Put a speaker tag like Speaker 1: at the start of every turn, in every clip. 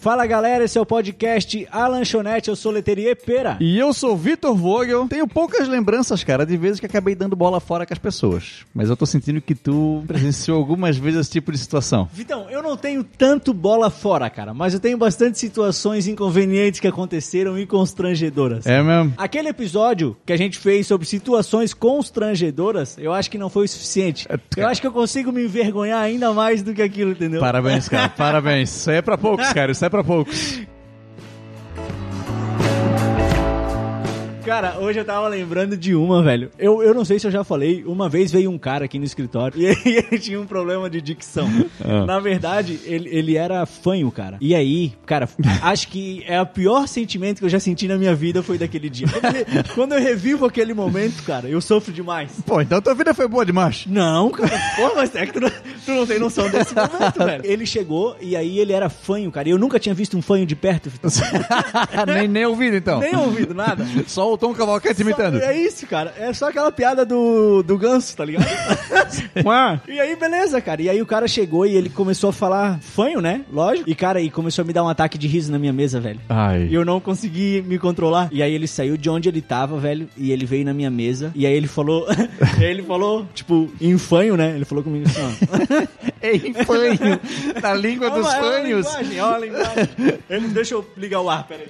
Speaker 1: Fala galera, esse é o podcast A Lanchonete, eu sou Leterier Pera.
Speaker 2: E eu sou Vitor Vogel. Tenho poucas lembranças, cara, de vezes que acabei dando bola fora com as pessoas. Mas eu tô sentindo que tu presenciou algumas vezes esse tipo de situação.
Speaker 1: Vitão, eu não tenho tanto bola fora, cara, mas eu tenho bastante situações inconvenientes que aconteceram e constrangedoras.
Speaker 2: É mesmo?
Speaker 1: Aquele episódio que a gente fez sobre situações constrangedoras, eu acho que não foi o suficiente.
Speaker 2: É,
Speaker 1: Eu acho que eu consigo me envergonhar ainda mais do que aquilo, entendeu?
Speaker 2: Parabéns, cara. Parabéns. Isso aí é pra poucos, cara. Isso aí é pra poucos.
Speaker 1: Cara, hoje eu tava lembrando de uma, velho. Eu, eu não sei se eu já falei, uma vez veio um cara aqui no escritório e ele, ele tinha um problema de dicção.
Speaker 2: Ah.
Speaker 1: Na verdade, ele, ele era fanho, cara. E aí, cara, acho que é o pior sentimento que eu já senti na minha vida foi daquele dia. Quando eu- Quando eu revivo aquele momento, cara, eu sofro demais.
Speaker 2: Pô, então tua vida foi boa demais.
Speaker 1: Não, cara. Pô, mas é que tu não, tu não tem noção desse momento, velho. Ele chegou e aí ele era fanho, cara. E eu nunca tinha visto um fanho de perto,
Speaker 2: nem, nem ouvido, então.
Speaker 1: nem ouvido nada.
Speaker 2: Só o Tom Cavalcante imitando.
Speaker 1: Só- É isso, cara. É só aquela piada do, do ganso, tá ligado?
Speaker 2: Ué.
Speaker 1: e aí, beleza, cara. E aí o cara chegou e ele começou a falar fanho, né? Lógico. E, cara, e começou a me dar um ataque de riso na minha mesa, velho.
Speaker 2: Ai.
Speaker 1: E eu não consegui me controlar. E aí ele saiu de onde ele tava, velho, e ele veio na minha mesa. E aí ele falou, e aí ele falou, tipo, em fanho, né? Ele falou comigo assim, ó.
Speaker 2: Ei, fanho. Na língua dos
Speaker 1: É uma-
Speaker 2: fanhos.
Speaker 1: É uma linguagem, é uma linguagem. Ele deixa eu ligar o ar, peraí.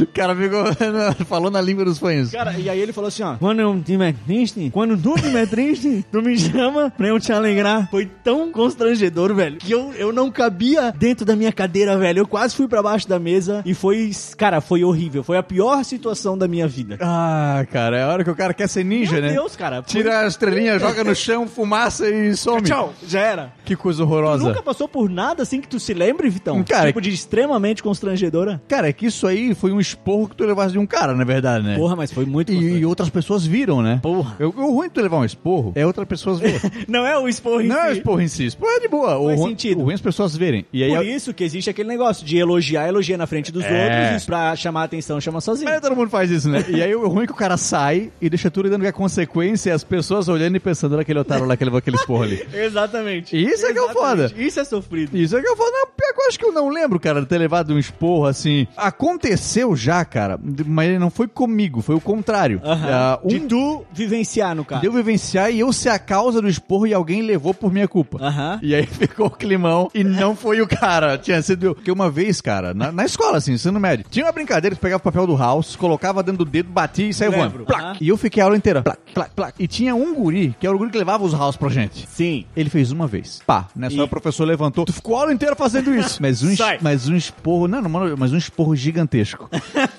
Speaker 2: O cara ficou, falou na língua dos fanhos.
Speaker 1: Cara, e aí ele falou assim, ó. Quando eu tiver triste, quando tu tiver triste, tu me chama pra eu te alegrar. Foi tão constrangedor, velho, que eu, eu não cabia dentro da minha cadeira, velho. Eu quase fui pra baixo da mesa e foi, cara, foi horrível. Foi a pior situação da minha vida.
Speaker 2: Ah, cara, é a hora que o cara quer ser ninja,
Speaker 1: Meu
Speaker 2: né?
Speaker 1: Deus, cara. foi- um
Speaker 2: Tira a estrelinha, joga no chão, fumaça e some.
Speaker 1: Tchau, já era.
Speaker 2: Que coisa horrorosa.
Speaker 1: Nunca passou por nada assim que tu se lembre, Vitão?
Speaker 2: Cara, é
Speaker 1: tipo de extremamente constrangedora.
Speaker 2: Cara, é que isso aí foi um esporro que tu levasse de um cara, na verdade, né?
Speaker 1: Porra, mas foi muito
Speaker 2: E, e
Speaker 1: constrangedor.
Speaker 2: outras pessoas viram, né?
Speaker 1: Porra.
Speaker 2: Eu- o ruim de tu levar um esporro é outras pessoas verem.
Speaker 1: Não é o esporro em
Speaker 2: Não é o
Speaker 1: si.
Speaker 2: esporro em si, esporro é de boa. O
Speaker 1: Faz
Speaker 2: ruim,
Speaker 1: sentido.
Speaker 2: o ruim é as pessoas verem. E aí
Speaker 1: Por isso que existe aquele negócio de elogiar, elogia na frente dos
Speaker 2: É.
Speaker 1: outros, e pra chamar a atenção, chama sozinho.
Speaker 2: Mas todo mundo faz isso, né? E aí o ruim é que o cara sai e deixa tudo dando que a consequência é as pessoas olhando e pensando naquele otário lá que levou aquele esporro ali.
Speaker 1: Exatamente.
Speaker 2: Isso é que é o
Speaker 1: Exatamente.
Speaker 2: foda.
Speaker 1: Isso é sofrido.
Speaker 2: Isso é que eu falo, não, pior que eu acho que eu não lembro, cara, de ter levado um esporro assim. Aconteceu já, cara, mas não foi comigo, foi o contrário. Ah, um
Speaker 1: De tu vivenciar no
Speaker 2: deu
Speaker 1: carro.
Speaker 2: vivenciar e eu ser a causa do esporro e alguém levou por minha culpa.
Speaker 1: Aham.
Speaker 2: E aí ficou o climão e não foi o cara. Tinha sido eu. Porque uma vez, cara, na, na escola, assim, ensino médio, tinha uma brincadeira que pegava o papel do house, colocava dentro do dedo, batia e saiu
Speaker 1: Lembro.
Speaker 2: voando. Plac.
Speaker 1: Aham.
Speaker 2: E eu fiquei a aula inteira. Plac, plac, plac. E tinha um guri, que era o guri que levava os house pra gente.
Speaker 1: Sim.
Speaker 2: Ele fez uma vez. Pá, né? Só
Speaker 1: E-
Speaker 2: o professor levantou. Tu ficou a aula inteira fazendo isso. Mas um, es-
Speaker 1: Sai.
Speaker 2: mas um esporro. Não, não, mano, mas um esporro gigantesco.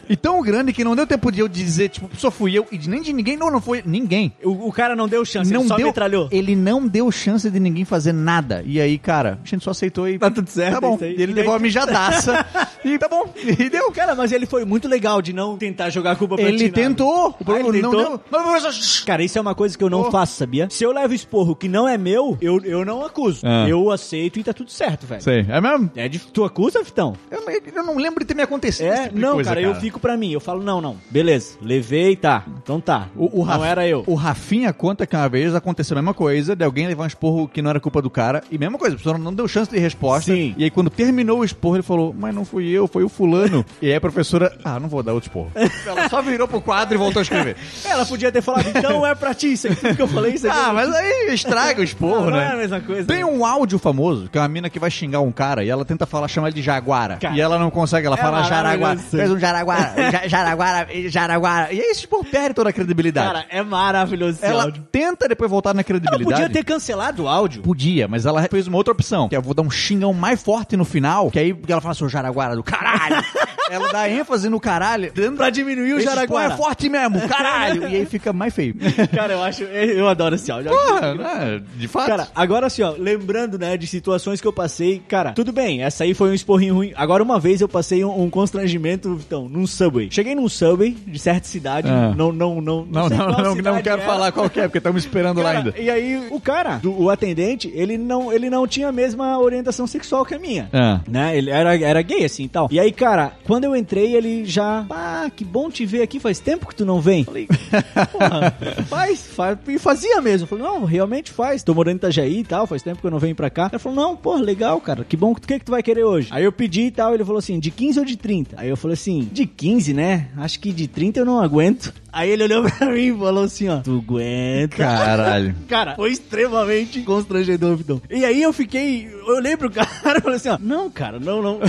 Speaker 2: e tão grande que não deu tempo de eu dizer, tipo, só fui eu. E de- nem de ninguém, não, não foi ninguém.
Speaker 1: O, o cara não deu chance, ele só metralhou.
Speaker 2: Ele não deu chance de ninguém fazer nada. E aí, cara, a gente só aceitou e. Tá
Speaker 1: tudo certo,
Speaker 2: Tá bom.
Speaker 1: isso aí.
Speaker 2: E ele levou uma mijadaça. e tá bom. E deu.
Speaker 1: Cara, mas ele foi muito legal de não tentar jogar a culpa pra ti,
Speaker 2: Ele
Speaker 1: nada.
Speaker 2: tentou. O
Speaker 1: né? Ah, ele
Speaker 2: problema não
Speaker 1: tentou?
Speaker 2: deu. Mas o professor.
Speaker 1: Cara, isso é uma coisa que eu não
Speaker 2: Oh.
Speaker 1: faço, sabia? Se eu levo esporro que não é meu, eu, eu não acuso.
Speaker 2: Ah.
Speaker 1: Eu aceito e tá tudo certo, velho.
Speaker 2: Sei, é mesmo?
Speaker 1: É de... Tu acusa, Vitão?
Speaker 2: Eu, não- eu não lembro de ter me acontecido. esse
Speaker 1: É,
Speaker 2: tipo de
Speaker 1: não,
Speaker 2: coisa,
Speaker 1: cara, eu fico pra mim. Eu falo, não, não. Beleza, levei, tá. Então tá.
Speaker 2: O,
Speaker 1: não
Speaker 2: o Raf-
Speaker 1: era eu.
Speaker 2: O Rafinha conta que uma vez aconteceu a mesma coisa, de alguém levar um esporro que não era culpa do cara, e mesma coisa, a pessoa não deu chance de resposta.
Speaker 1: Sim.
Speaker 2: E aí quando terminou o esporro, ele falou, mas não fui eu, foi o fulano. e aí a professora, ah, não vou dar outro esporro. Ela só virou pro quadro e voltou a escrever.
Speaker 1: Ela podia ter falado, então é pra ti. Isso aqui que eu falei, isso aqui.
Speaker 2: ah, mas aí estraga o esporro,
Speaker 1: não
Speaker 2: né?
Speaker 1: é a mesma coisa.
Speaker 2: Tem
Speaker 1: né?
Speaker 2: um áudio famoso, que é uma mina que vai xingar um cara e ela tenta falar, chama ele de jaguara.
Speaker 1: Cara,
Speaker 2: e ela não consegue, ela
Speaker 1: é
Speaker 2: fala jaraguara.
Speaker 1: maravilhoso.
Speaker 2: Fez um jaraguara, ja- jaraguara, eh, jaraguara. E aí esse esporro perde toda a credibilidade.
Speaker 1: Cara, é maravilhoso esse
Speaker 2: ela
Speaker 1: áudio.
Speaker 2: tenta depois voltar na
Speaker 1: Ela
Speaker 2: credibilidade.
Speaker 1: podia ter cancelado o áudio.
Speaker 2: Podia, mas ela fez uma outra opção. Que eu vou dar um xingão mais forte no final. Que aí ela fala, seu jaraguara do caralho. ela dá ênfase no caralho. Dando pra diminuir o
Speaker 1: Esse
Speaker 2: jaraguara.
Speaker 1: esporro é
Speaker 2: é forte mesmo, caralho. e aí fica mais feio.
Speaker 1: Cara, eu acho. Eu adoro esse áudio.
Speaker 2: Porra, né? de fato.
Speaker 1: Cara, agora assim, ó, lembrando, né, de situações que eu passei, cara, tudo bem, Essa aí foi um esporrinho ruim. Agora, uma vez eu passei um, um constrangimento, então, num subway. Cheguei num subway de certa cidade.
Speaker 2: Ah.
Speaker 1: Não, não, não.
Speaker 2: Não,
Speaker 1: sei
Speaker 2: não,
Speaker 1: qual
Speaker 2: não, não
Speaker 1: cidade
Speaker 2: quero
Speaker 1: era.
Speaker 2: falar qual que é, porque estamos esperando lá
Speaker 1: Cara,
Speaker 2: ainda.
Speaker 1: E aí, o cara, do- o atendente, ele não, ele não tinha a mesma orientação sexual que a minha.
Speaker 2: Ah.
Speaker 1: Né? Ele era, era gay, assim e tal. E aí, cara, quando eu entrei, ele já. Ah, que bom te ver aqui, faz tempo que tu não vem. Falei, porra, faz, faz. E fazia mesmo. Falei, não, realmente faz. Tô morando em Itajaí e tal, faz tempo que eu não venho pra cá. Ele falou, não, pô, legal, cara, que bom, o que, que tu vai querer hoje? Aí eu pedi e tal, ele falou assim, de 15 ou de 30? Aí eu falei assim, de 15, né? Acho que de 30 eu não aguento. Aí ele olhou pra mim e falou assim, ó, tu aguenta.
Speaker 2: Caralho.
Speaker 1: Cara, foi extremamente constrangedor, Vidão. E aí eu fiquei, eu olhei pro cara e falei assim, ó, não, cara, não, não.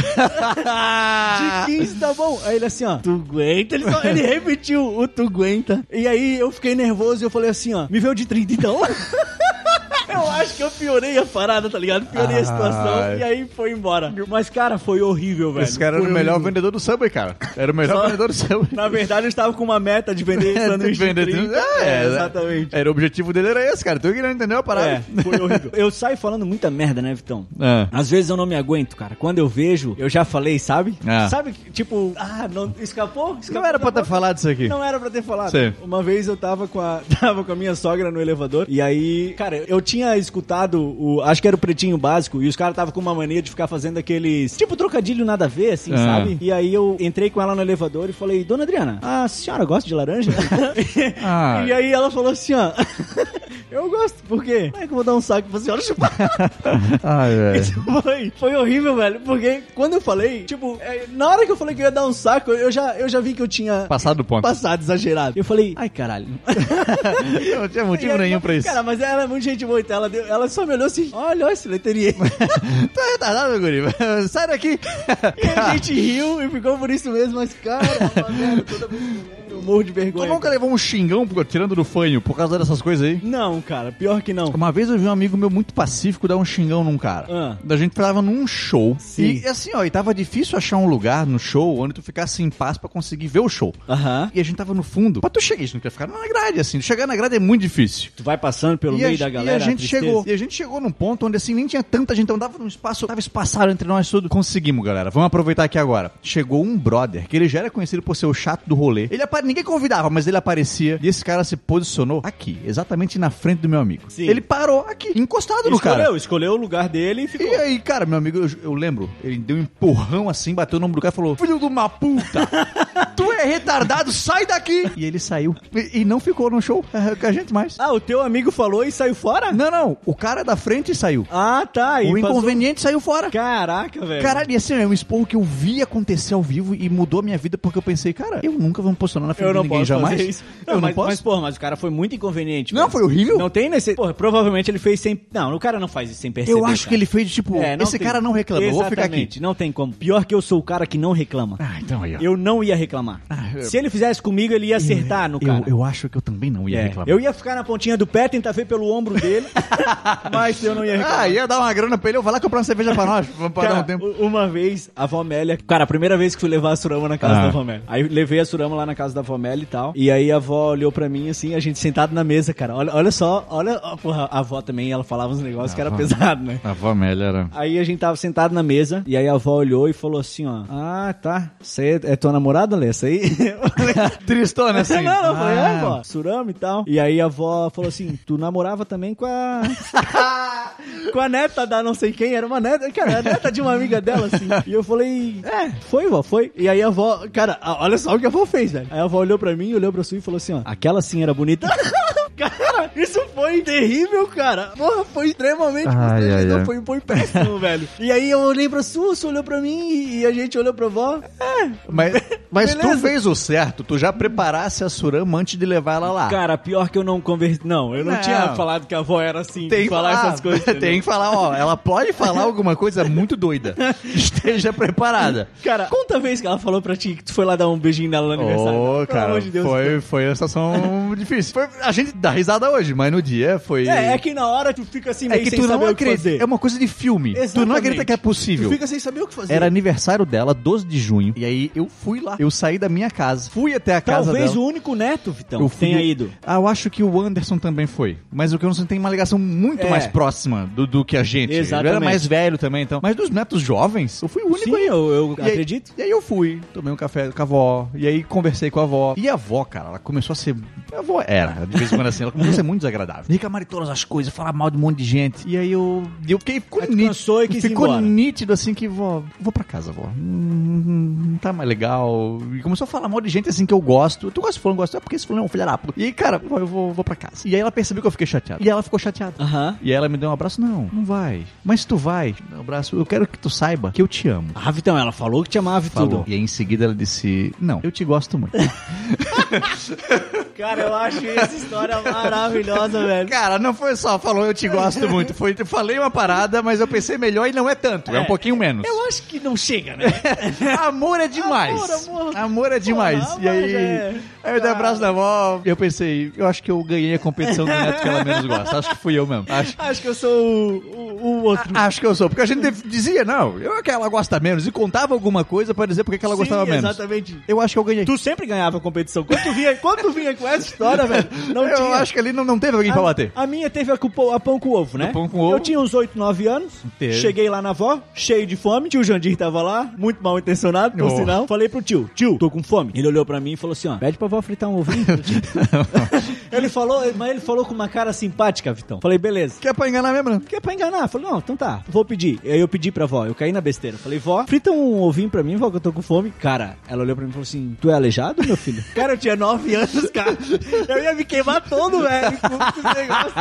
Speaker 2: Ah,
Speaker 1: De 15 tá bom. Aí ele assim, ó, tu aguenta? Ele, só- ele repetiu o tu aguenta. E aí eu fiquei nervoso e eu falei assim, ó, me vê o de 30 então. Eu acho que eu piorei a parada, tá ligado?
Speaker 2: Ah,
Speaker 1: Piorei a situação
Speaker 2: Ai.
Speaker 1: e aí foi embora. Mas, cara, foi horrível, velho.
Speaker 2: é. Esse cara era
Speaker 1: Foi
Speaker 2: o melhor
Speaker 1: horrível.
Speaker 2: vendedor do Subway, cara. Era o melhor
Speaker 1: Só-
Speaker 2: vendedor do Subway.
Speaker 1: Na verdade, eu estava com uma meta de vender sanduíche de
Speaker 2: Vender-
Speaker 1: 30.
Speaker 2: É,
Speaker 1: É,
Speaker 2: é.
Speaker 1: exatamente.
Speaker 2: Era o objetivo dele, era esse, cara. Tu que não entendeu a
Speaker 1: É,
Speaker 2: parada.
Speaker 1: foi horrível. Eu saio falando muita merda, né, Vitão?
Speaker 2: É.
Speaker 1: Às vezes eu não me aguento, cara. Quando eu vejo, eu já falei, sabe?
Speaker 2: Ah.
Speaker 1: Sabe, que, tipo, ah, não, escapou? escapou
Speaker 2: Não era
Speaker 1: da
Speaker 2: pra ter
Speaker 1: boca?
Speaker 2: falado isso aqui.
Speaker 1: Não era pra ter falado.
Speaker 2: Sim.
Speaker 1: Uma vez eu tava com, a, tava com a minha sogra no elevador. E aí, cara, eu tinha escutado o. Acho que era o pretinho básico. E os caras estavam com uma mania de ficar fazendo aqueles. Tipo trocadilho nada a ver, assim,
Speaker 2: Ah.
Speaker 1: sabe? E aí eu entrei com ela no elevador e falei, Dona Adriana, a senhora gosta de laranja?
Speaker 2: Ah.
Speaker 1: E aí ela falou assim, ó. Eu gosto, por quê? Como é que eu vou dar um saco pra senhora chupar?
Speaker 2: Ai, é. velho.
Speaker 1: é Foi, foi horrível, velho. Porque quando eu falei, tipo, é, na hora que eu falei que eu ia dar um saco, eu já, eu já vi que eu tinha
Speaker 2: Passado do ponto.
Speaker 1: passado exagerado. Eu falei, ai caralho.
Speaker 2: Não tinha
Speaker 1: E
Speaker 2: motivo
Speaker 1: aí,
Speaker 2: nenhum
Speaker 1: mas-
Speaker 2: pra isso.
Speaker 1: Cara, mas ela é muito gente boa, então ela, deu- ela só me olhou assim, olha, olha esse leteria.
Speaker 2: Tu é retardado, guri. Sai daqui.
Speaker 1: e a gente riu e ficou por isso mesmo, mas cara, é uma merda, toda vez que eu lembro, eu morro de
Speaker 2: Tu
Speaker 1: vergonha.
Speaker 2: nunca levou um xingão por- tirando do fanho por causa dessas coisas aí?
Speaker 1: Não, cara, pior que não.
Speaker 2: Uma vez eu vi um amigo meu muito pacífico dar um xingão num cara.
Speaker 1: Ah.
Speaker 2: Da gente tava num show.
Speaker 1: Sim.
Speaker 2: E assim, ó, e tava difícil achar um lugar no show onde tu ficasse em paz pra conseguir ver o show.
Speaker 1: Aham.
Speaker 2: E a gente tava no fundo. Pra tu chegar, a gente não quer ficar na grade, assim. Chegar na grade é muito difícil.
Speaker 1: Tu vai passando pelo
Speaker 2: e
Speaker 1: meio
Speaker 2: a,
Speaker 1: da
Speaker 2: e
Speaker 1: galera.
Speaker 2: a gente
Speaker 1: tristeza.
Speaker 2: chegou. E a gente chegou num ponto onde assim nem tinha tanta gente, então dava um espaço, tava espaçado entre nós tudo. Conseguimos, galera. Vamos aproveitar aqui agora. Chegou um brother, que ele já era conhecido por ser o chato do rolê. Ele apa- ninguém convidava, mas ele aparecia e esse cara se posicionou aqui, exatamente na frente do meu amigo.
Speaker 1: Sim.
Speaker 2: Ele parou aqui, encostado no cara.
Speaker 1: Escolheu, escolheu o lugar dele e ficou.
Speaker 2: E aí, cara, meu amigo, eu, eu lembro, ele deu um empurrão assim, bateu no ombro do cara e falou: Filho de uma puta! tu é retardado, sai daqui! E ele saiu. E, e não ficou no show eh, com a gente mais.
Speaker 1: Ah, o teu amigo falou e saiu fora?
Speaker 2: Não, não, o cara da frente saiu.
Speaker 1: Ah, tá. E
Speaker 2: o
Speaker 1: passou-
Speaker 2: inconveniente saiu fora.
Speaker 1: Caraca, velho.
Speaker 2: Caralho, e assim, é um esporro que eu vi acontecer ao vivo e mudou a minha vida porque eu pensei, cara, eu nunca vou me posicionar na frente
Speaker 1: Eu não
Speaker 2: de ninguém
Speaker 1: posso
Speaker 2: jamais.
Speaker 1: fazer isso.
Speaker 2: Eu não
Speaker 1: mas,
Speaker 2: posso.
Speaker 1: Mas, porra, mas o cara foi muito inconveniente.
Speaker 2: Não,
Speaker 1: velho.
Speaker 2: foi horrível.
Speaker 1: Não tem nesse... Porra, provavelmente ele fez sem... Não, o cara não faz isso sem perceber.
Speaker 2: eu acho que
Speaker 1: cara.
Speaker 2: ele fez tipo,
Speaker 1: É, não
Speaker 2: esse
Speaker 1: tem-
Speaker 2: cara não reclama, eu vou ficar aqui.
Speaker 1: Exatamente, não tem como. Pior que eu sou o cara que não reclama.
Speaker 2: Ah, então aí, ó. Ah,
Speaker 1: Eu não ia reclamar.
Speaker 2: eu-
Speaker 1: Se ele fizesse comigo, ele ia acertar no
Speaker 2: eu,
Speaker 1: cara.
Speaker 2: eu acho que eu também não ia
Speaker 1: É,
Speaker 2: reclamar.
Speaker 1: eu ia ficar na pontinha do pé, tentar ver pelo ombro dele, mas eu não ia reclamar.
Speaker 2: Ah, ia dar uma grana pra ele, eu vou lá comprar uma cerveja pra nós, vamos parar
Speaker 1: Cara,
Speaker 2: um tempo.
Speaker 1: u- Uma vez, a avó Amélia. Cara, a primeira vez que fui levar a Surama na casa
Speaker 2: Ah.
Speaker 1: da avó Amélia. Aí levei a Surama lá na casa da avó Amélia e tal. E aí a avó olhou pra mim assim, a gente sentado na mesa, cara. Olha, olha só, olha. ó, Porra, a avó também, ela falava uns negócios que era
Speaker 2: avó.
Speaker 1: pesado, né?
Speaker 2: A avó Amélia era...
Speaker 1: Aí a gente tava sentado na mesa, e aí a avó olhou e falou assim, ó. Ah, tá. Você é tua namorada, Lê? Essa aí? Eu falei,
Speaker 2: Tristona, assim.
Speaker 1: não, não, foi
Speaker 2: Ah.
Speaker 1: é, vó. Surama e tal. E aí a avó falou assim: tu namorava também com a. com a neta da não sei quem, era uma neta, cara, a neta de uma amiga dela, assim. E eu falei, é, foi, vó, foi. E aí a avó, cara, a- olha só o que a avó fez, velho. Aí a avó olhou pra mim, olhou pra sua e falou assim: ó, aquela sim era bonita. Cara, isso foi terrível, cara. Porra, foi extremamente
Speaker 2: Ai,
Speaker 1: constrangedor.
Speaker 2: ai, ai.
Speaker 1: Foi, foi péssimo, velho. E aí eu olhei pra sua, sua olhou pra mim e, e a gente olhou pra vó. É,
Speaker 2: Mas, mas tu
Speaker 1: Beleza.
Speaker 2: fez o certo, tu já preparasse a Surama antes de levar ela lá.
Speaker 1: Cara, pior que eu não conversei. Não, eu não,
Speaker 2: Ah. Não.
Speaker 1: tinha falado que a avó era assim,
Speaker 2: tem ah,
Speaker 1: de falar essas coisas.
Speaker 2: Tem
Speaker 1: entendeu?
Speaker 2: que falar, ó, ela pode falar alguma coisa muito doida. Esteja preparada.
Speaker 1: Cara, conta a vez que ela falou pra ti que tu foi lá dar um beijinho nela no aniversário.
Speaker 2: Ô,
Speaker 1: Pelo
Speaker 2: cara,
Speaker 1: amor de Deus.
Speaker 2: foi, foi uma situação difícil. Foi- a gente dá risada hoje, mas no dia foi...
Speaker 1: É, é que na hora tu fica assim meio
Speaker 2: É que
Speaker 1: sem
Speaker 2: tu
Speaker 1: saber
Speaker 2: não
Speaker 1: o que
Speaker 2: acredita.
Speaker 1: fazer.
Speaker 2: É uma coisa de filme. Tu não
Speaker 1: Exatamente.
Speaker 2: acredita que é
Speaker 1: Tu
Speaker 2: possível.
Speaker 1: fica sem saber o que fazer.
Speaker 2: Era aniversário dela, 12 de junho. E aí eu fui lá eu saí da minha casa, fui até a casa
Speaker 1: Talvez
Speaker 2: dela.
Speaker 1: o único neto, Vitão,
Speaker 2: Eu
Speaker 1: que
Speaker 2: fui-
Speaker 1: tenha ido.
Speaker 2: Ah, eu acho que o Anderson também foi. Mas o que eu não sei, tem uma ligação muito
Speaker 1: É.
Speaker 2: mais próxima do, do que a gente.
Speaker 1: Exatamente.
Speaker 2: Eu era mais velho também, então. Mas dos netos jovens, eu fui o único
Speaker 1: Sim,
Speaker 2: aí.
Speaker 1: eu, eu
Speaker 2: E aí-
Speaker 1: acredito.
Speaker 2: E aí eu fui, tomei um café com a avó, e aí conversei com a avó. E a avó, cara, ela começou a ser. A avó era, de vez em quando assim, ela começou a ser muito desagradável. Reclamar de todas as coisas, falar mal de um monte de gente. E aí eu. Eu fiquei. Ficou,
Speaker 1: Aí tu cansou e quis ir
Speaker 2: ficou
Speaker 1: embora.
Speaker 2: nítido assim que, vó, vou pra casa, vó. Hum, não tá mais legal. E começou a falar mal de gente assim que eu gosto. Tu gosta de fulano, gosto, é porque esse fulano é um filho da puta. E aí, cara, vó, eu vou, vou pra casa. E aí ela percebeu que eu fiquei chateado. E ela ficou chateada.
Speaker 1: Aham.
Speaker 2: E aí ela me deu um abraço. Não, não vai. Mas tu vai. Um abraço. Eu quero que tu saiba que eu te amo.
Speaker 1: Ah, Vitão, ela falou que te amava e
Speaker 2: Falou.
Speaker 1: tudo.
Speaker 2: E aí em seguida ela disse: Não, eu te gosto muito.
Speaker 1: Cara, eu acho essa história maravilhosa, velho.
Speaker 2: Cara, não foi só, falou eu te gosto muito. Foi, eu falei uma parada, mas eu pensei melhor e não é tanto. É, um pouquinho menos.
Speaker 1: Eu acho que não chega, né?
Speaker 2: Amor é demais.
Speaker 1: Amor, amor.
Speaker 2: é demais.
Speaker 1: Porra,
Speaker 2: e aí,
Speaker 1: mas é.
Speaker 2: aí eu dei um abraço na mão. Eu pensei, eu acho que eu ganhei a competição do neto que ela menos gosta. Acho que fui eu mesmo. Acho,
Speaker 1: Acho que eu sou o, o- o outro.
Speaker 2: a- acho que eu sou. Porque a gente def- dizia, não, eu é que ela gosta menos. E contava alguma coisa pra dizer porque que ela
Speaker 1: Sim,
Speaker 2: gostava menos.
Speaker 1: Exatamente.
Speaker 2: Eu acho que eu ganhei.
Speaker 1: Tu sempre ganhava a competição. Quando tu vinha, quando tu vinha com essa história, velho, não
Speaker 2: eu
Speaker 1: tinha. Ah,
Speaker 2: acho que ali não, não teve alguém pra bater.
Speaker 1: A minha teve a, cupo- a pão com ovo, né?
Speaker 2: A pão com ovo.
Speaker 1: Eu tinha uns 8, 9 anos.
Speaker 2: Teve.
Speaker 1: Cheguei lá na avó, cheio de fome. Tio Jandir tava lá, muito mal intencionado, por
Speaker 2: Oh.
Speaker 1: sinal. Falei pro tio, tio, tô com fome. Ele olhou pra mim e falou assim, ó, pede pra vó fritar um ovinho. pra ti." ele falou, mas ele falou com uma cara simpática, Vitão. Falei, beleza.
Speaker 2: Quer pra enganar mesmo, né?
Speaker 1: Que é pra enganar. Falei, não, então tá, vou pedir. Aí eu pedi pra vó, eu caí na besteira. Falei, vó, frita um ovinho pra mim, vó, que eu tô com fome. Cara, ela olhou pra mim e falou assim: Tu é aleijado, meu filho? cara, eu tinha 9 anos, cara. Eu ia me queimar todo, velho, com esse negócio.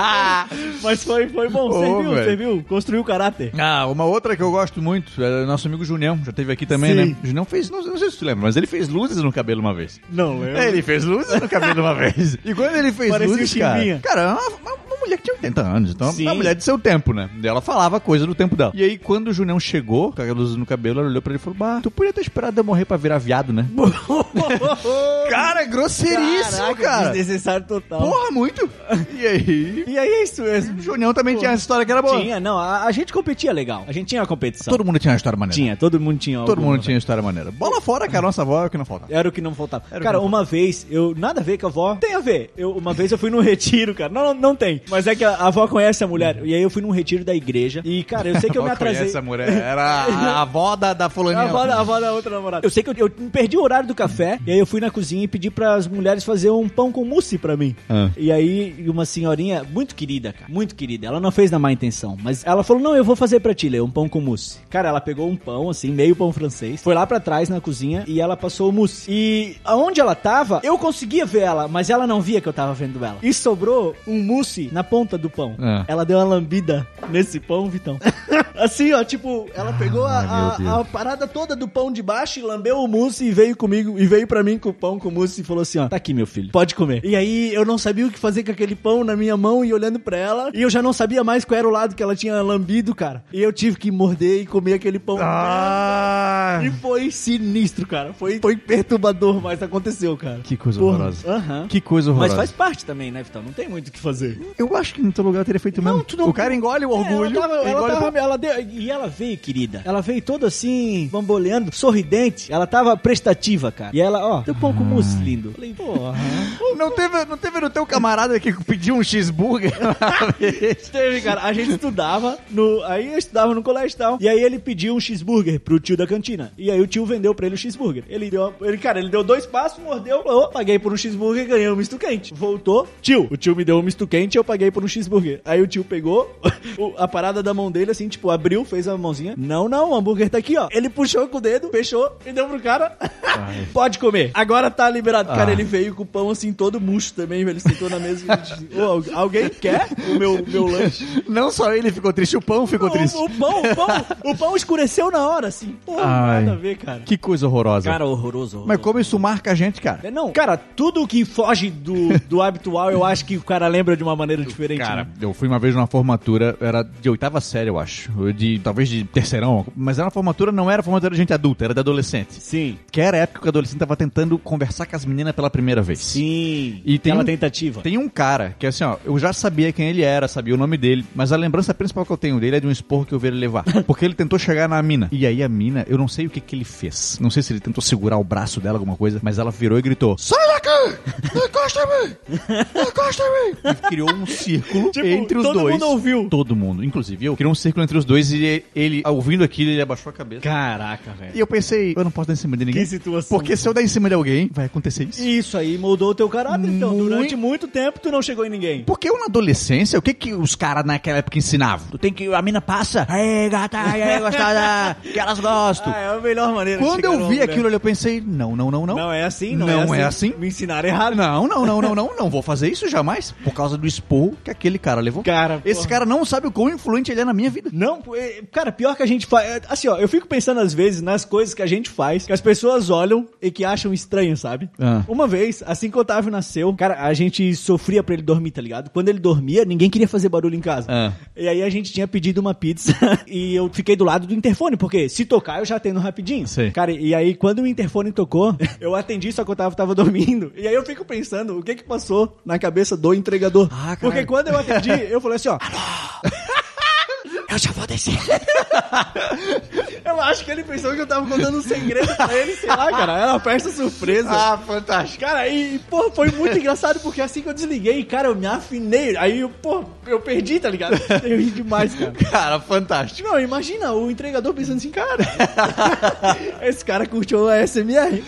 Speaker 1: Mas foi, foi bom,
Speaker 2: Ô,
Speaker 1: serviu,
Speaker 2: velho.
Speaker 1: serviu. Construiu o caráter.
Speaker 2: Ah, uma outra que eu gosto muito é o nosso amigo Junião, já teve aqui também,
Speaker 1: Sim.
Speaker 2: né? Junião fez, não, não sei se tu lembra, mas ele fez luzes no cabelo uma vez.
Speaker 1: Não, eu.
Speaker 2: Ele fez luzes no cabelo uma vez. E quando ele fez
Speaker 1: Parecia o
Speaker 2: luzes, cara,
Speaker 1: Chimbinha.
Speaker 2: cara, é uma, uma- uma mulher que tinha 80 anos, então é
Speaker 1: Sim.
Speaker 2: uma mulher de seu tempo, né? E ela falava coisa do tempo dela. E aí, quando o Junião chegou, com aquelas luzes no cabelo, ela olhou pra ele e falou, bah, tu podia ter esperado eu morrer pra virar viado, né? Cara, é grosseiríssimo,
Speaker 1: Caraca,
Speaker 2: cara.
Speaker 1: Desnecessário total.
Speaker 2: Porra, muito. E aí...
Speaker 1: E aí é isso mesmo.
Speaker 2: O Junião também tinha essa história que era boa.
Speaker 1: Tinha, não, a, a gente competia legal. A gente tinha uma competição.
Speaker 2: Todo mundo tinha né? uma história maneira.
Speaker 1: Tinha, todo mundo tinha.
Speaker 2: Todo
Speaker 1: alguma,
Speaker 2: mundo tinha história maneira. Bola fora, cara. Nossa avó é o que não falta.
Speaker 1: Era o que não faltava.
Speaker 2: Era o que
Speaker 1: cara,
Speaker 2: não
Speaker 1: uma vez, eu. Nada a ver com a avó. Tem a ver. Eu, uma vez eu fui num retiro, cara. Não, não, não tem. Mas é que a, a avó conhece a mulher. E aí eu fui num retiro da igreja. E, cara, eu sei que eu me atrasei.
Speaker 2: Essa mulher era a avó da, da
Speaker 1: A
Speaker 2: fulaninha.
Speaker 1: avó, da- a avó da outra namorada. Eu sei que eu, eu perdi o horário do café, e aí eu fui na cozinha e pedi para as mulheres fazer um pão com mousse pra mim.
Speaker 2: Ah.
Speaker 1: E aí uma senhorinha muito querida, cara, muito querida, ela não fez na má intenção, mas ela falou: "Não, eu vou fazer pra ti, Lê, um pão com mousse". Cara, ela pegou um pão assim, meio pão francês, foi lá pra trás na cozinha e ela passou o mousse. E aonde ela tava, eu conseguia ver ela, mas ela não via que eu tava vendo ela. E sobrou um mousse na ponta do pão.
Speaker 2: Ah.
Speaker 1: Ela deu uma lambida nesse pão, Vitão. assim, ó, tipo, ela pegou a-
Speaker 2: Ai, meu
Speaker 1: a-
Speaker 2: Deus.
Speaker 1: a a parada toda do pão de baixo e lambeu o mousse e veio comigo e veio pra mim com o pão com o mousse e falou assim, ó, tá aqui meu filho, pode comer. E aí eu não sabia o que fazer com aquele pão na minha mão e olhando pra ela, e eu já não sabia mais qual era o lado que ela tinha lambido, cara. E eu tive que morder e comer aquele pão.
Speaker 2: Ah!
Speaker 1: E foi sinistro, cara. Foi, foi perturbador, mas aconteceu, cara.
Speaker 2: Que coisa
Speaker 1: Porra.
Speaker 2: horrorosa.
Speaker 1: Aham.
Speaker 2: Que coisa
Speaker 1: Mas
Speaker 2: horrorosa.
Speaker 1: faz parte também, né, Vitão? Não tem muito o que fazer.
Speaker 2: Eu acho que no teu lugar eu teria feito
Speaker 1: Não,
Speaker 2: mesmo.
Speaker 1: tu não-
Speaker 2: O cara engole o
Speaker 1: É,
Speaker 2: orgulho.
Speaker 1: Ela tava, ela
Speaker 2: engole o
Speaker 1: tava- ela deu- e ela veio, querida. Ela veio toda assim, bamboleando, sorridente. Ela tava prestativa, cara. E ela, ó, teu pão com mousse, lindo. Falei, porra.
Speaker 2: Não teve, não teve no teu camarada que pediu um cheeseburger uma vez?
Speaker 1: Teve, cara. A gente estudava, no, aí eu estudava no colégio e tal. E aí ele pediu um cheeseburger pro tio da cantina. E aí o tio vendeu pra ele o cheeseburger. Ele deu, ele, cara, ele deu dois passos, mordeu, falou, "Ô, paguei por um cheeseburger e ganhei um misto quente. Voltou, tio. O tio me deu um misto quente eu paguei por um cheeseburger. Aí o tio pegou o- a parada da mão dele, assim, tipo, abriu, fez a mãozinha. Não, não, o hambúrguer tá aqui, ó. Ele puxou com o dedo, fechou e deu pro cara. Pode comer. Agora tá liberado. Cara,
Speaker 2: Ah.
Speaker 1: ele veio com o pão, assim, todo murcho também, velho. Sentou na mesa e disse, "Ô, al- alguém quer o meu, meu lanche?
Speaker 2: Não só ele ficou triste, o pão ficou triste.
Speaker 1: O, o pão, o pão, o pão escureceu na hora, assim. Pô,
Speaker 2: Ai.
Speaker 1: nada a ver, cara.
Speaker 2: Que coisa horrorosa.
Speaker 1: Cara, horroroso, horroroso.
Speaker 2: Mas como isso marca a gente, cara?
Speaker 1: É, Não, cara, tudo que foge do, do habitual, eu acho que o cara lembra de uma maneira ano diferente.
Speaker 2: Cara,
Speaker 1: né?
Speaker 2: eu fui uma vez numa formatura, era de oitava série, eu acho. ou De, talvez de terceirão. Mas era uma formatura, não era formatura de gente adulta, era de adolescente.
Speaker 1: Sim.
Speaker 2: Que era a época que o adolescente tava tentando conversar com as meninas pela primeira vez.
Speaker 1: Sim.
Speaker 2: E tem
Speaker 1: Aquela
Speaker 2: um-
Speaker 1: tentativa.
Speaker 2: Tem um cara que, assim, ó, eu já sabia quem ele era, sabia o nome dele, mas a lembrança principal que eu tenho dele é de um esporro que eu vi ele levar. Porque ele tentou chegar na mina. E aí a mina, eu não sei o que que ele fez. Não sei se ele tentou segurar o braço dela, alguma coisa, mas ela virou e gritou: Sai daqui! Não encosta em mim! Não encosta em mim! E criou um círculo
Speaker 1: Tipo,
Speaker 2: entre os
Speaker 1: todo
Speaker 2: dois.
Speaker 1: mundo ouviu.
Speaker 2: Todo mundo, inclusive eu. Criou um círculo entre os dois e ele, ouvindo aquilo, ele abaixou a cabeça.
Speaker 1: Caraca, velho.
Speaker 2: E eu pensei, eu não posso dar em cima de ninguém.
Speaker 1: Que situação.
Speaker 2: Porque se eu dar em cima de alguém, vai acontecer isso.
Speaker 1: Isso aí moldou o teu caráter, então.
Speaker 2: Muito-
Speaker 1: Durante muito tempo tu não chegou em ninguém.
Speaker 2: Porque eu na adolescência, o que que os caras naquela época ensinavam? Tu tem que. A mina passa. é Aê, gata, aê, gostosa. que elas gostam.
Speaker 1: Ah, é a melhor maneira de
Speaker 2: Quando
Speaker 1: chegar no
Speaker 2: eu vi
Speaker 1: homem, né?
Speaker 2: aquilo, ali, eu pensei, não, não, não, não.
Speaker 1: Não é assim, não,
Speaker 2: Não
Speaker 1: é,
Speaker 2: é
Speaker 1: assim.
Speaker 2: assim.
Speaker 1: Me ensinaram errado.
Speaker 2: Não, não, não, não, não, não vou fazer isso jamais. Por causa do expor que aquele cara levou.
Speaker 1: Cara,
Speaker 2: Esse
Speaker 1: porra.
Speaker 2: cara não sabe o quão influente ele é na minha vida.
Speaker 1: Não, é, cara, pior que a gente faz. Assim, ó, eu fico pensando às vezes nas coisas que a gente faz, que as pessoas olham e que acham estranho, sabe?
Speaker 2: Ah.
Speaker 1: Uma vez, assim que o Otávio nasceu, cara, a gente sofria pra ele dormir, tá ligado? Quando ele dormia, ninguém queria fazer barulho em casa.
Speaker 2: Ah.
Speaker 1: E aí a gente tinha pedido uma pizza e eu fiquei do lado do interfone, porque se tocar eu já atendo rapidinho.
Speaker 2: Sei.
Speaker 1: Cara, e aí quando o interfone tocou, eu atendi, só que o Otávio tava dormindo. E aí eu fico pensando o que que passou na cabeça do entregador.
Speaker 2: Ah, caralho.
Speaker 1: porque quando eu atendi, eu falei assim, ó. Eu já vou descer. eu acho que ele pensou que eu tava contando um segredo pra ele, sei lá, cara. Era uma festa surpresa.
Speaker 2: Ah. fantástico.
Speaker 1: Cara, e, pô, foi muito engraçado, porque assim que eu desliguei, cara, eu me afinei. Aí, eu, pô, eu perdi, tá ligado? Eu ri demais, cara.
Speaker 2: Cara, fantástico.
Speaker 1: Não, imagina o entregador pensando assim, cara, esse cara curtiu a SMR.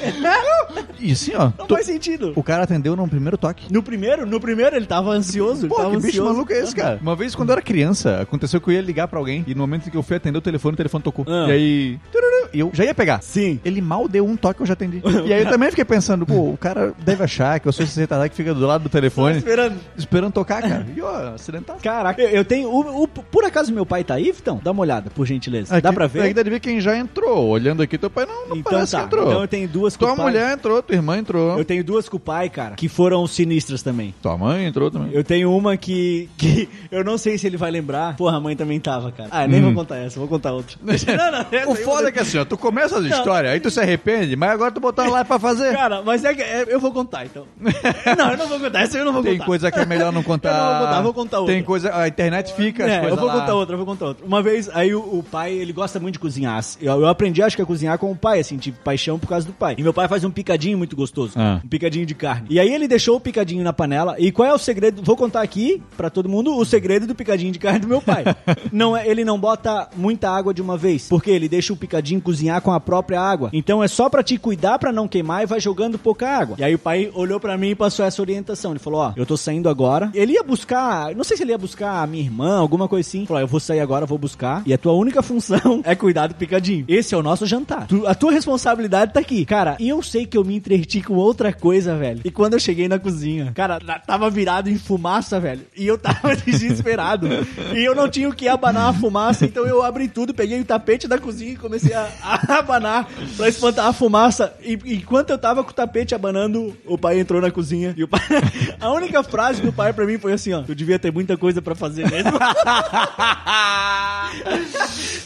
Speaker 2: E assim, ó.
Speaker 1: Não
Speaker 2: tu-
Speaker 1: faz sentido.
Speaker 2: O cara atendeu no primeiro toque.
Speaker 1: No primeiro, no primeiro ele tava ansioso. ele
Speaker 2: Pô,
Speaker 1: tava
Speaker 2: que bicho
Speaker 1: ansioso. né,
Speaker 2: maluco é esse, cara? Uma vez, quando eu era criança, aconteceu que eu ia ligar pra alguém e no momento em que eu fui atender o telefone, o telefone tocou.
Speaker 1: Ah.
Speaker 2: E aí... tururu, E eu já ia pegar.
Speaker 1: Sim.
Speaker 2: Ele mal deu um toque, eu já atendi. E aí eu também fiquei pensando, pô, o cara deve achar que eu sou esse retardado que fica do lado do telefone
Speaker 1: Esperando.
Speaker 2: esperando tocar, cara. E ó, acidentado.
Speaker 1: Caraca, eu, eu tenho. o- o- por acaso meu pai tá aí, Vitão? Dá uma olhada, por gentileza. Dá
Speaker 2: Aqui-
Speaker 1: pra ver?
Speaker 2: Ainda de ver quem já entrou. Olhando aqui, teu pai não, não
Speaker 1: Então
Speaker 2: parece
Speaker 1: tá.
Speaker 2: que entrou.
Speaker 1: Então eu tenho duas com
Speaker 2: Tua
Speaker 1: o pai.
Speaker 2: mulher entrou, tua irmã entrou.
Speaker 1: Eu tenho duas com o pai, cara, que foram sinistras também.
Speaker 2: Tua mãe entrou também.
Speaker 1: Eu tenho uma que, que eu não sei se ele vai lembrar. Porra, a mãe também tava, cara. Ah,
Speaker 2: Hum.
Speaker 1: nem vou contar essa, vou contar outra. não, não, essa
Speaker 2: O
Speaker 1: aí eu vou
Speaker 2: foda é que assim, ó, tu começa as histórias, aí tu se arrepende, mas agora tu botou lá pra fazer.
Speaker 1: Cara, mas é que é, eu vou contar, então. não, eu não vou contar. Essa eu não vou
Speaker 2: Tem
Speaker 1: contar.
Speaker 2: coisa que é melhor não contar.
Speaker 1: Eu não vou contar, vou contar outra.
Speaker 2: Tem coisa. A internet fica. as
Speaker 1: É, eu
Speaker 2: coisas
Speaker 1: vou
Speaker 2: lá.
Speaker 1: contar outra, eu vou contar outra. Uma vez, aí o, o pai, ele gosta muito de cozinhar. Eu, eu aprendi, acho que a cozinhar com o pai, assim, tipo, paixão por causa do pai. E meu pai faz um picadinho muito gostoso.
Speaker 2: Ah.
Speaker 1: Um picadinho de carne. E aí ele deixou o picadinho na panela. E qual é o segredo? Vou contar aqui pra todo mundo o segredo do picadinho de carne do meu pai. não é, Ele não bota muita água de uma vez, porque ele deixa o picadinho cozinhar com a própria água. Então é só pra te cuidar pra não queimar e vai jogando pouca água. E aí o pai olhou pra mim e passou essa orientação. Ele falou: Ó, eu tô saindo agora. Ele ia buscar, não sei se ele ia buscar a minha irmã, alguma coisa assim. Falou: ó, Eu vou sair agora, vou buscar. E a tua única função é cuidar do picadinho. Esse é o nosso jantar. Tu- a tua responsabilidade tá aqui. Cara, e eu sei que eu me entreti com outra coisa, velho. E quando eu cheguei na cozinha, cara, na- tava virado em fumaça, velho. E eu tava desesperado. e eu não tinha o que abanar a fumaça. Então eu abri tudo, peguei o tapete da cozinha e comecei a, a abanar pra espantar a fumaça. E enquanto eu tava com o tapete abanando, o pai entrou na cozinha. E o pai. A única frase do pai pra mim foi assim: ó, tu devia ter muita coisa pra fazer mesmo.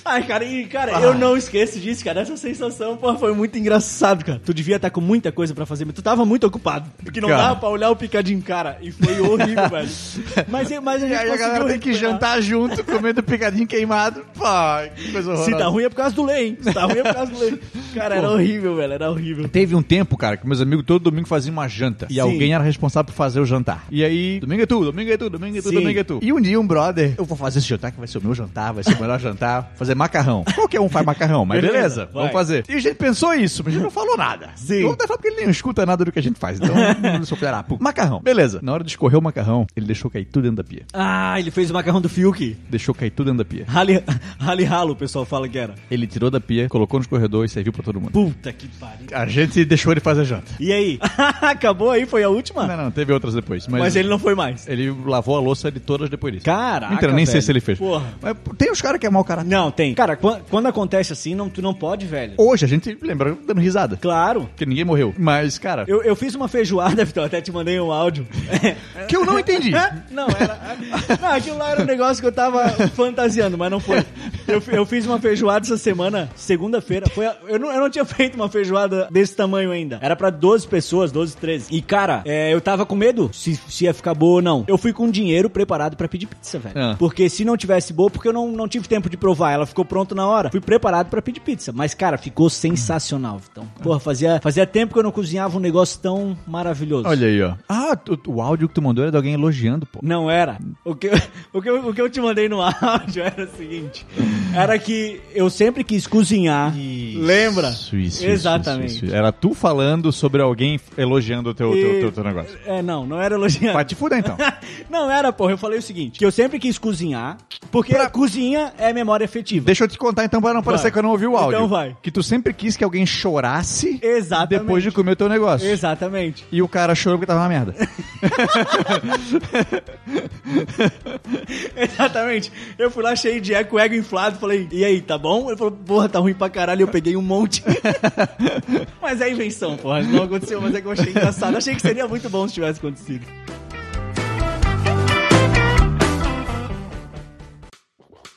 Speaker 1: Ai, cara, e, cara,
Speaker 2: Ah.
Speaker 1: eu não esqueço disso, cara. Essa sensação, pô, foi muito engraçado, cara. Tu devia estar com muita coisa pra fazer, mas tu tava muito ocupado. Porque não
Speaker 2: Cara.
Speaker 1: dava pra olhar o picadinho, cara. E foi horrível, velho. Mas, mas a
Speaker 2: E
Speaker 1: gente
Speaker 2: aí a galera
Speaker 1: conseguiu
Speaker 2: tem que
Speaker 1: recuperar.
Speaker 2: jantar junto, comendo picadinho queimado. Pô, que coisa horrorosa.
Speaker 1: Se tá ruim é por causa do lei, hein? Se tá ruim é por causa do lei. Cara, era horrível, velho. Era horrível.
Speaker 2: Teve um tempo, cara, que meus amigos todo domingo faziam uma janta. E
Speaker 1: Sim.
Speaker 2: alguém era responsável por fazer o jantar. E aí, domingo é tu, domingo é tu, domingo é tu,
Speaker 1: Sim.
Speaker 2: domingo é tu. E um dia um brother, eu vou fazer esse jantar que vai ser o meu jantar, vai ser o melhor jantar, vou fazer macarrão. Qualquer um faz macarrão, mas
Speaker 1: Beleza,
Speaker 2: beleza,
Speaker 1: vai.
Speaker 2: vamos fazer. E a gente pensou isso, mas a gente não falou nada.
Speaker 1: Sim.
Speaker 2: Eu até falo porque ele nem escuta nada do que a gente faz. Então, não sou filha da puta. Macarrão, beleza. Na hora de escorrer o macarrão, ele deixou cair tudo dentro da pia.
Speaker 1: Ah, ele fez o macarrão do Fiuk.
Speaker 2: Deixou cair tudo dentro da pia.
Speaker 1: Rally, rally ralo, o pessoal fala que era.
Speaker 2: Ele tirou da pia, colocou no corredor e serviu pra todo mundo.
Speaker 1: Puta que pariu.
Speaker 2: A gente deixou ele fazer janta.
Speaker 1: E aí? Acabou aí? Foi a última?
Speaker 2: Não, não, teve outras depois. Mas,
Speaker 1: Mas ele não foi mais.
Speaker 2: Ele lavou a louça de todas depois disso.
Speaker 1: Caraca,
Speaker 2: Então, nem sei
Speaker 1: velho.
Speaker 2: se ele fez.
Speaker 1: Porra.
Speaker 2: Mas pô, tem os caras que é mau caráter.
Speaker 1: Não, tem, bem. Cara, quan- quando acontece assim, não, tu não pode, velho.
Speaker 2: Hoje a gente lembra dando risada.
Speaker 1: Claro.
Speaker 2: Porque ninguém morreu. Mas, cara,
Speaker 1: Eu, eu fiz uma feijoada, Vitor, até te mandei um áudio.
Speaker 2: que eu não entendi.
Speaker 1: Hã? Não, era. Não, aquilo lá era um negócio que eu tava fantasiando, mas não foi. Eu, fi- eu fiz uma feijoada essa semana, segunda-feira. Foi a- eu, não, eu não tinha feito uma feijoada desse tamanho ainda. Era pra 12 pessoas, 12, 13. E, cara, é, eu tava com medo se, se ia ficar boa ou não. Eu fui com dinheiro preparado pra pedir pizza, velho.
Speaker 2: Ah.
Speaker 1: Porque se não tivesse boa, porque eu não, não tive tempo de provar. Ela ficou pronta na hora. Fui preparado pra pedir pizza. Mas, cara, ficou sensacional, Vitão. Porra, fazia, fazia tempo que eu não cozinhava um negócio tão maravilhoso.
Speaker 2: Olha aí, ó. Ah, tu- tu- o áudio que tu mandou era de alguém elogiando, pô.
Speaker 1: Não era. O que, eu- o, que eu, o que eu te mandei no áudio era o seguinte: era que eu sempre quis cozinhar. Lembra?
Speaker 2: Isso, isso,
Speaker 1: Exatamente.
Speaker 2: isso, isso, isso. Era tu falando sobre alguém elogiando o teu, teu,
Speaker 1: E-
Speaker 2: teu- teu negócio.
Speaker 1: É, não, não era elogiando.
Speaker 2: Vai te fuder, então.
Speaker 1: Não era, porra. Eu falei o seguinte: que eu sempre quis cozinhar, porque a cozinha é memória afetiva.
Speaker 2: Deixa eu te contar, então, pra não parecer
Speaker 1: Vai.
Speaker 2: que eu não ouvi o
Speaker 1: Então
Speaker 2: áudio.
Speaker 1: vai.
Speaker 2: Que tu sempre quis que alguém chorasse
Speaker 1: Exatamente.
Speaker 2: depois de comer o teu negócio.
Speaker 1: Exatamente.
Speaker 2: E o cara chorou porque tava uma merda.
Speaker 1: Exatamente. Eu fui lá cheio de eco, ego inflado, falei, e aí, tá bom? Ele falou, porra, tá ruim pra caralho, eu peguei um monte. mas é invenção, porra. Não aconteceu, mas é que eu achei engraçado. Achei que seria muito bom se tivesse acontecido.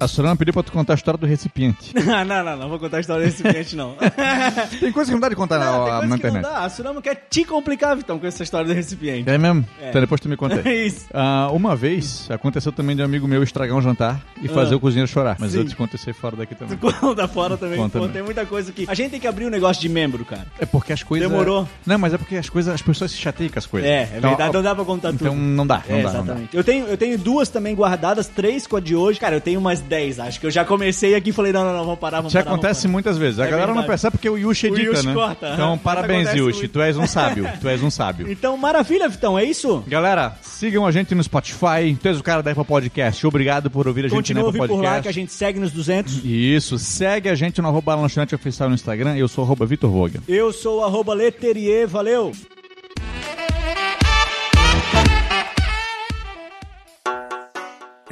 Speaker 2: A Sorana pediu pra tu contar a história do recipiente.
Speaker 1: não, não, não vou contar a história desse cliente, não.
Speaker 2: Tem coisa que não dá de contar
Speaker 1: Não, tem
Speaker 2: na,
Speaker 1: coisa
Speaker 2: na
Speaker 1: que
Speaker 2: internet.
Speaker 1: não dá. A Surama quer te complicar, Vitão, com essa história do recipiente.
Speaker 2: É mesmo?
Speaker 1: É.
Speaker 2: Então depois tu me conta. aí.
Speaker 1: É isso.
Speaker 2: Ah, uma vez aconteceu também de um amigo meu estragar um jantar e fazer
Speaker 1: Ah.
Speaker 2: o cozinheiro chorar. Mas eu
Speaker 1: Sim.
Speaker 2: te contei isso aí fora daqui também.
Speaker 1: Conta fora também,
Speaker 2: Conta,
Speaker 1: pô,
Speaker 2: né?
Speaker 1: tem muita coisa que... A gente tem que abrir um negócio de membro, cara.
Speaker 2: É porque as coisas.
Speaker 1: Demorou.
Speaker 2: Não, mas é porque as coisas, as pessoas se chateiam com as coisas.
Speaker 1: É, é
Speaker 2: Então,
Speaker 1: verdade,
Speaker 2: ó,
Speaker 1: não dá pra contar tudo.
Speaker 2: Então não dá, não
Speaker 1: É,
Speaker 2: dá. não dá.
Speaker 1: exatamente. Eu, tenho, eu tenho duas também guardadas, três com a de hoje. Cara, eu tenho umas dez, acho que eu já comecei aqui e falei, não, não, não, vamos parar, vamos
Speaker 2: Isso
Speaker 1: parar. vamos
Speaker 2: acontece
Speaker 1: parar.
Speaker 2: muitas vezes.
Speaker 1: É
Speaker 2: A galera não
Speaker 1: verdade.
Speaker 2: percebe porque o Yushi
Speaker 1: O
Speaker 2: edita,
Speaker 1: Yushi
Speaker 2: né?
Speaker 1: corta, aham.
Speaker 2: Então
Speaker 1: Mas
Speaker 2: parabéns,
Speaker 1: acontece
Speaker 2: Yushi.
Speaker 1: muito.
Speaker 2: Tu és um sábio. Tu és um sábio.
Speaker 1: Então, maravilha, Vitão, é isso?
Speaker 2: Galera, sigam a gente no Spotify. Tu és o cara da Apple Podcast. Obrigado por ouvir a gente
Speaker 1: Continua a
Speaker 2: na Apple
Speaker 1: ouvir por lá
Speaker 2: Podcast.
Speaker 1: que a gente segue nos 200.
Speaker 2: Isso, segue a gente no arroba lanchonete oficial no Instagram. Eu sou arroba Vitor Voga.
Speaker 1: Eu sou o arroba Leterier, valeu!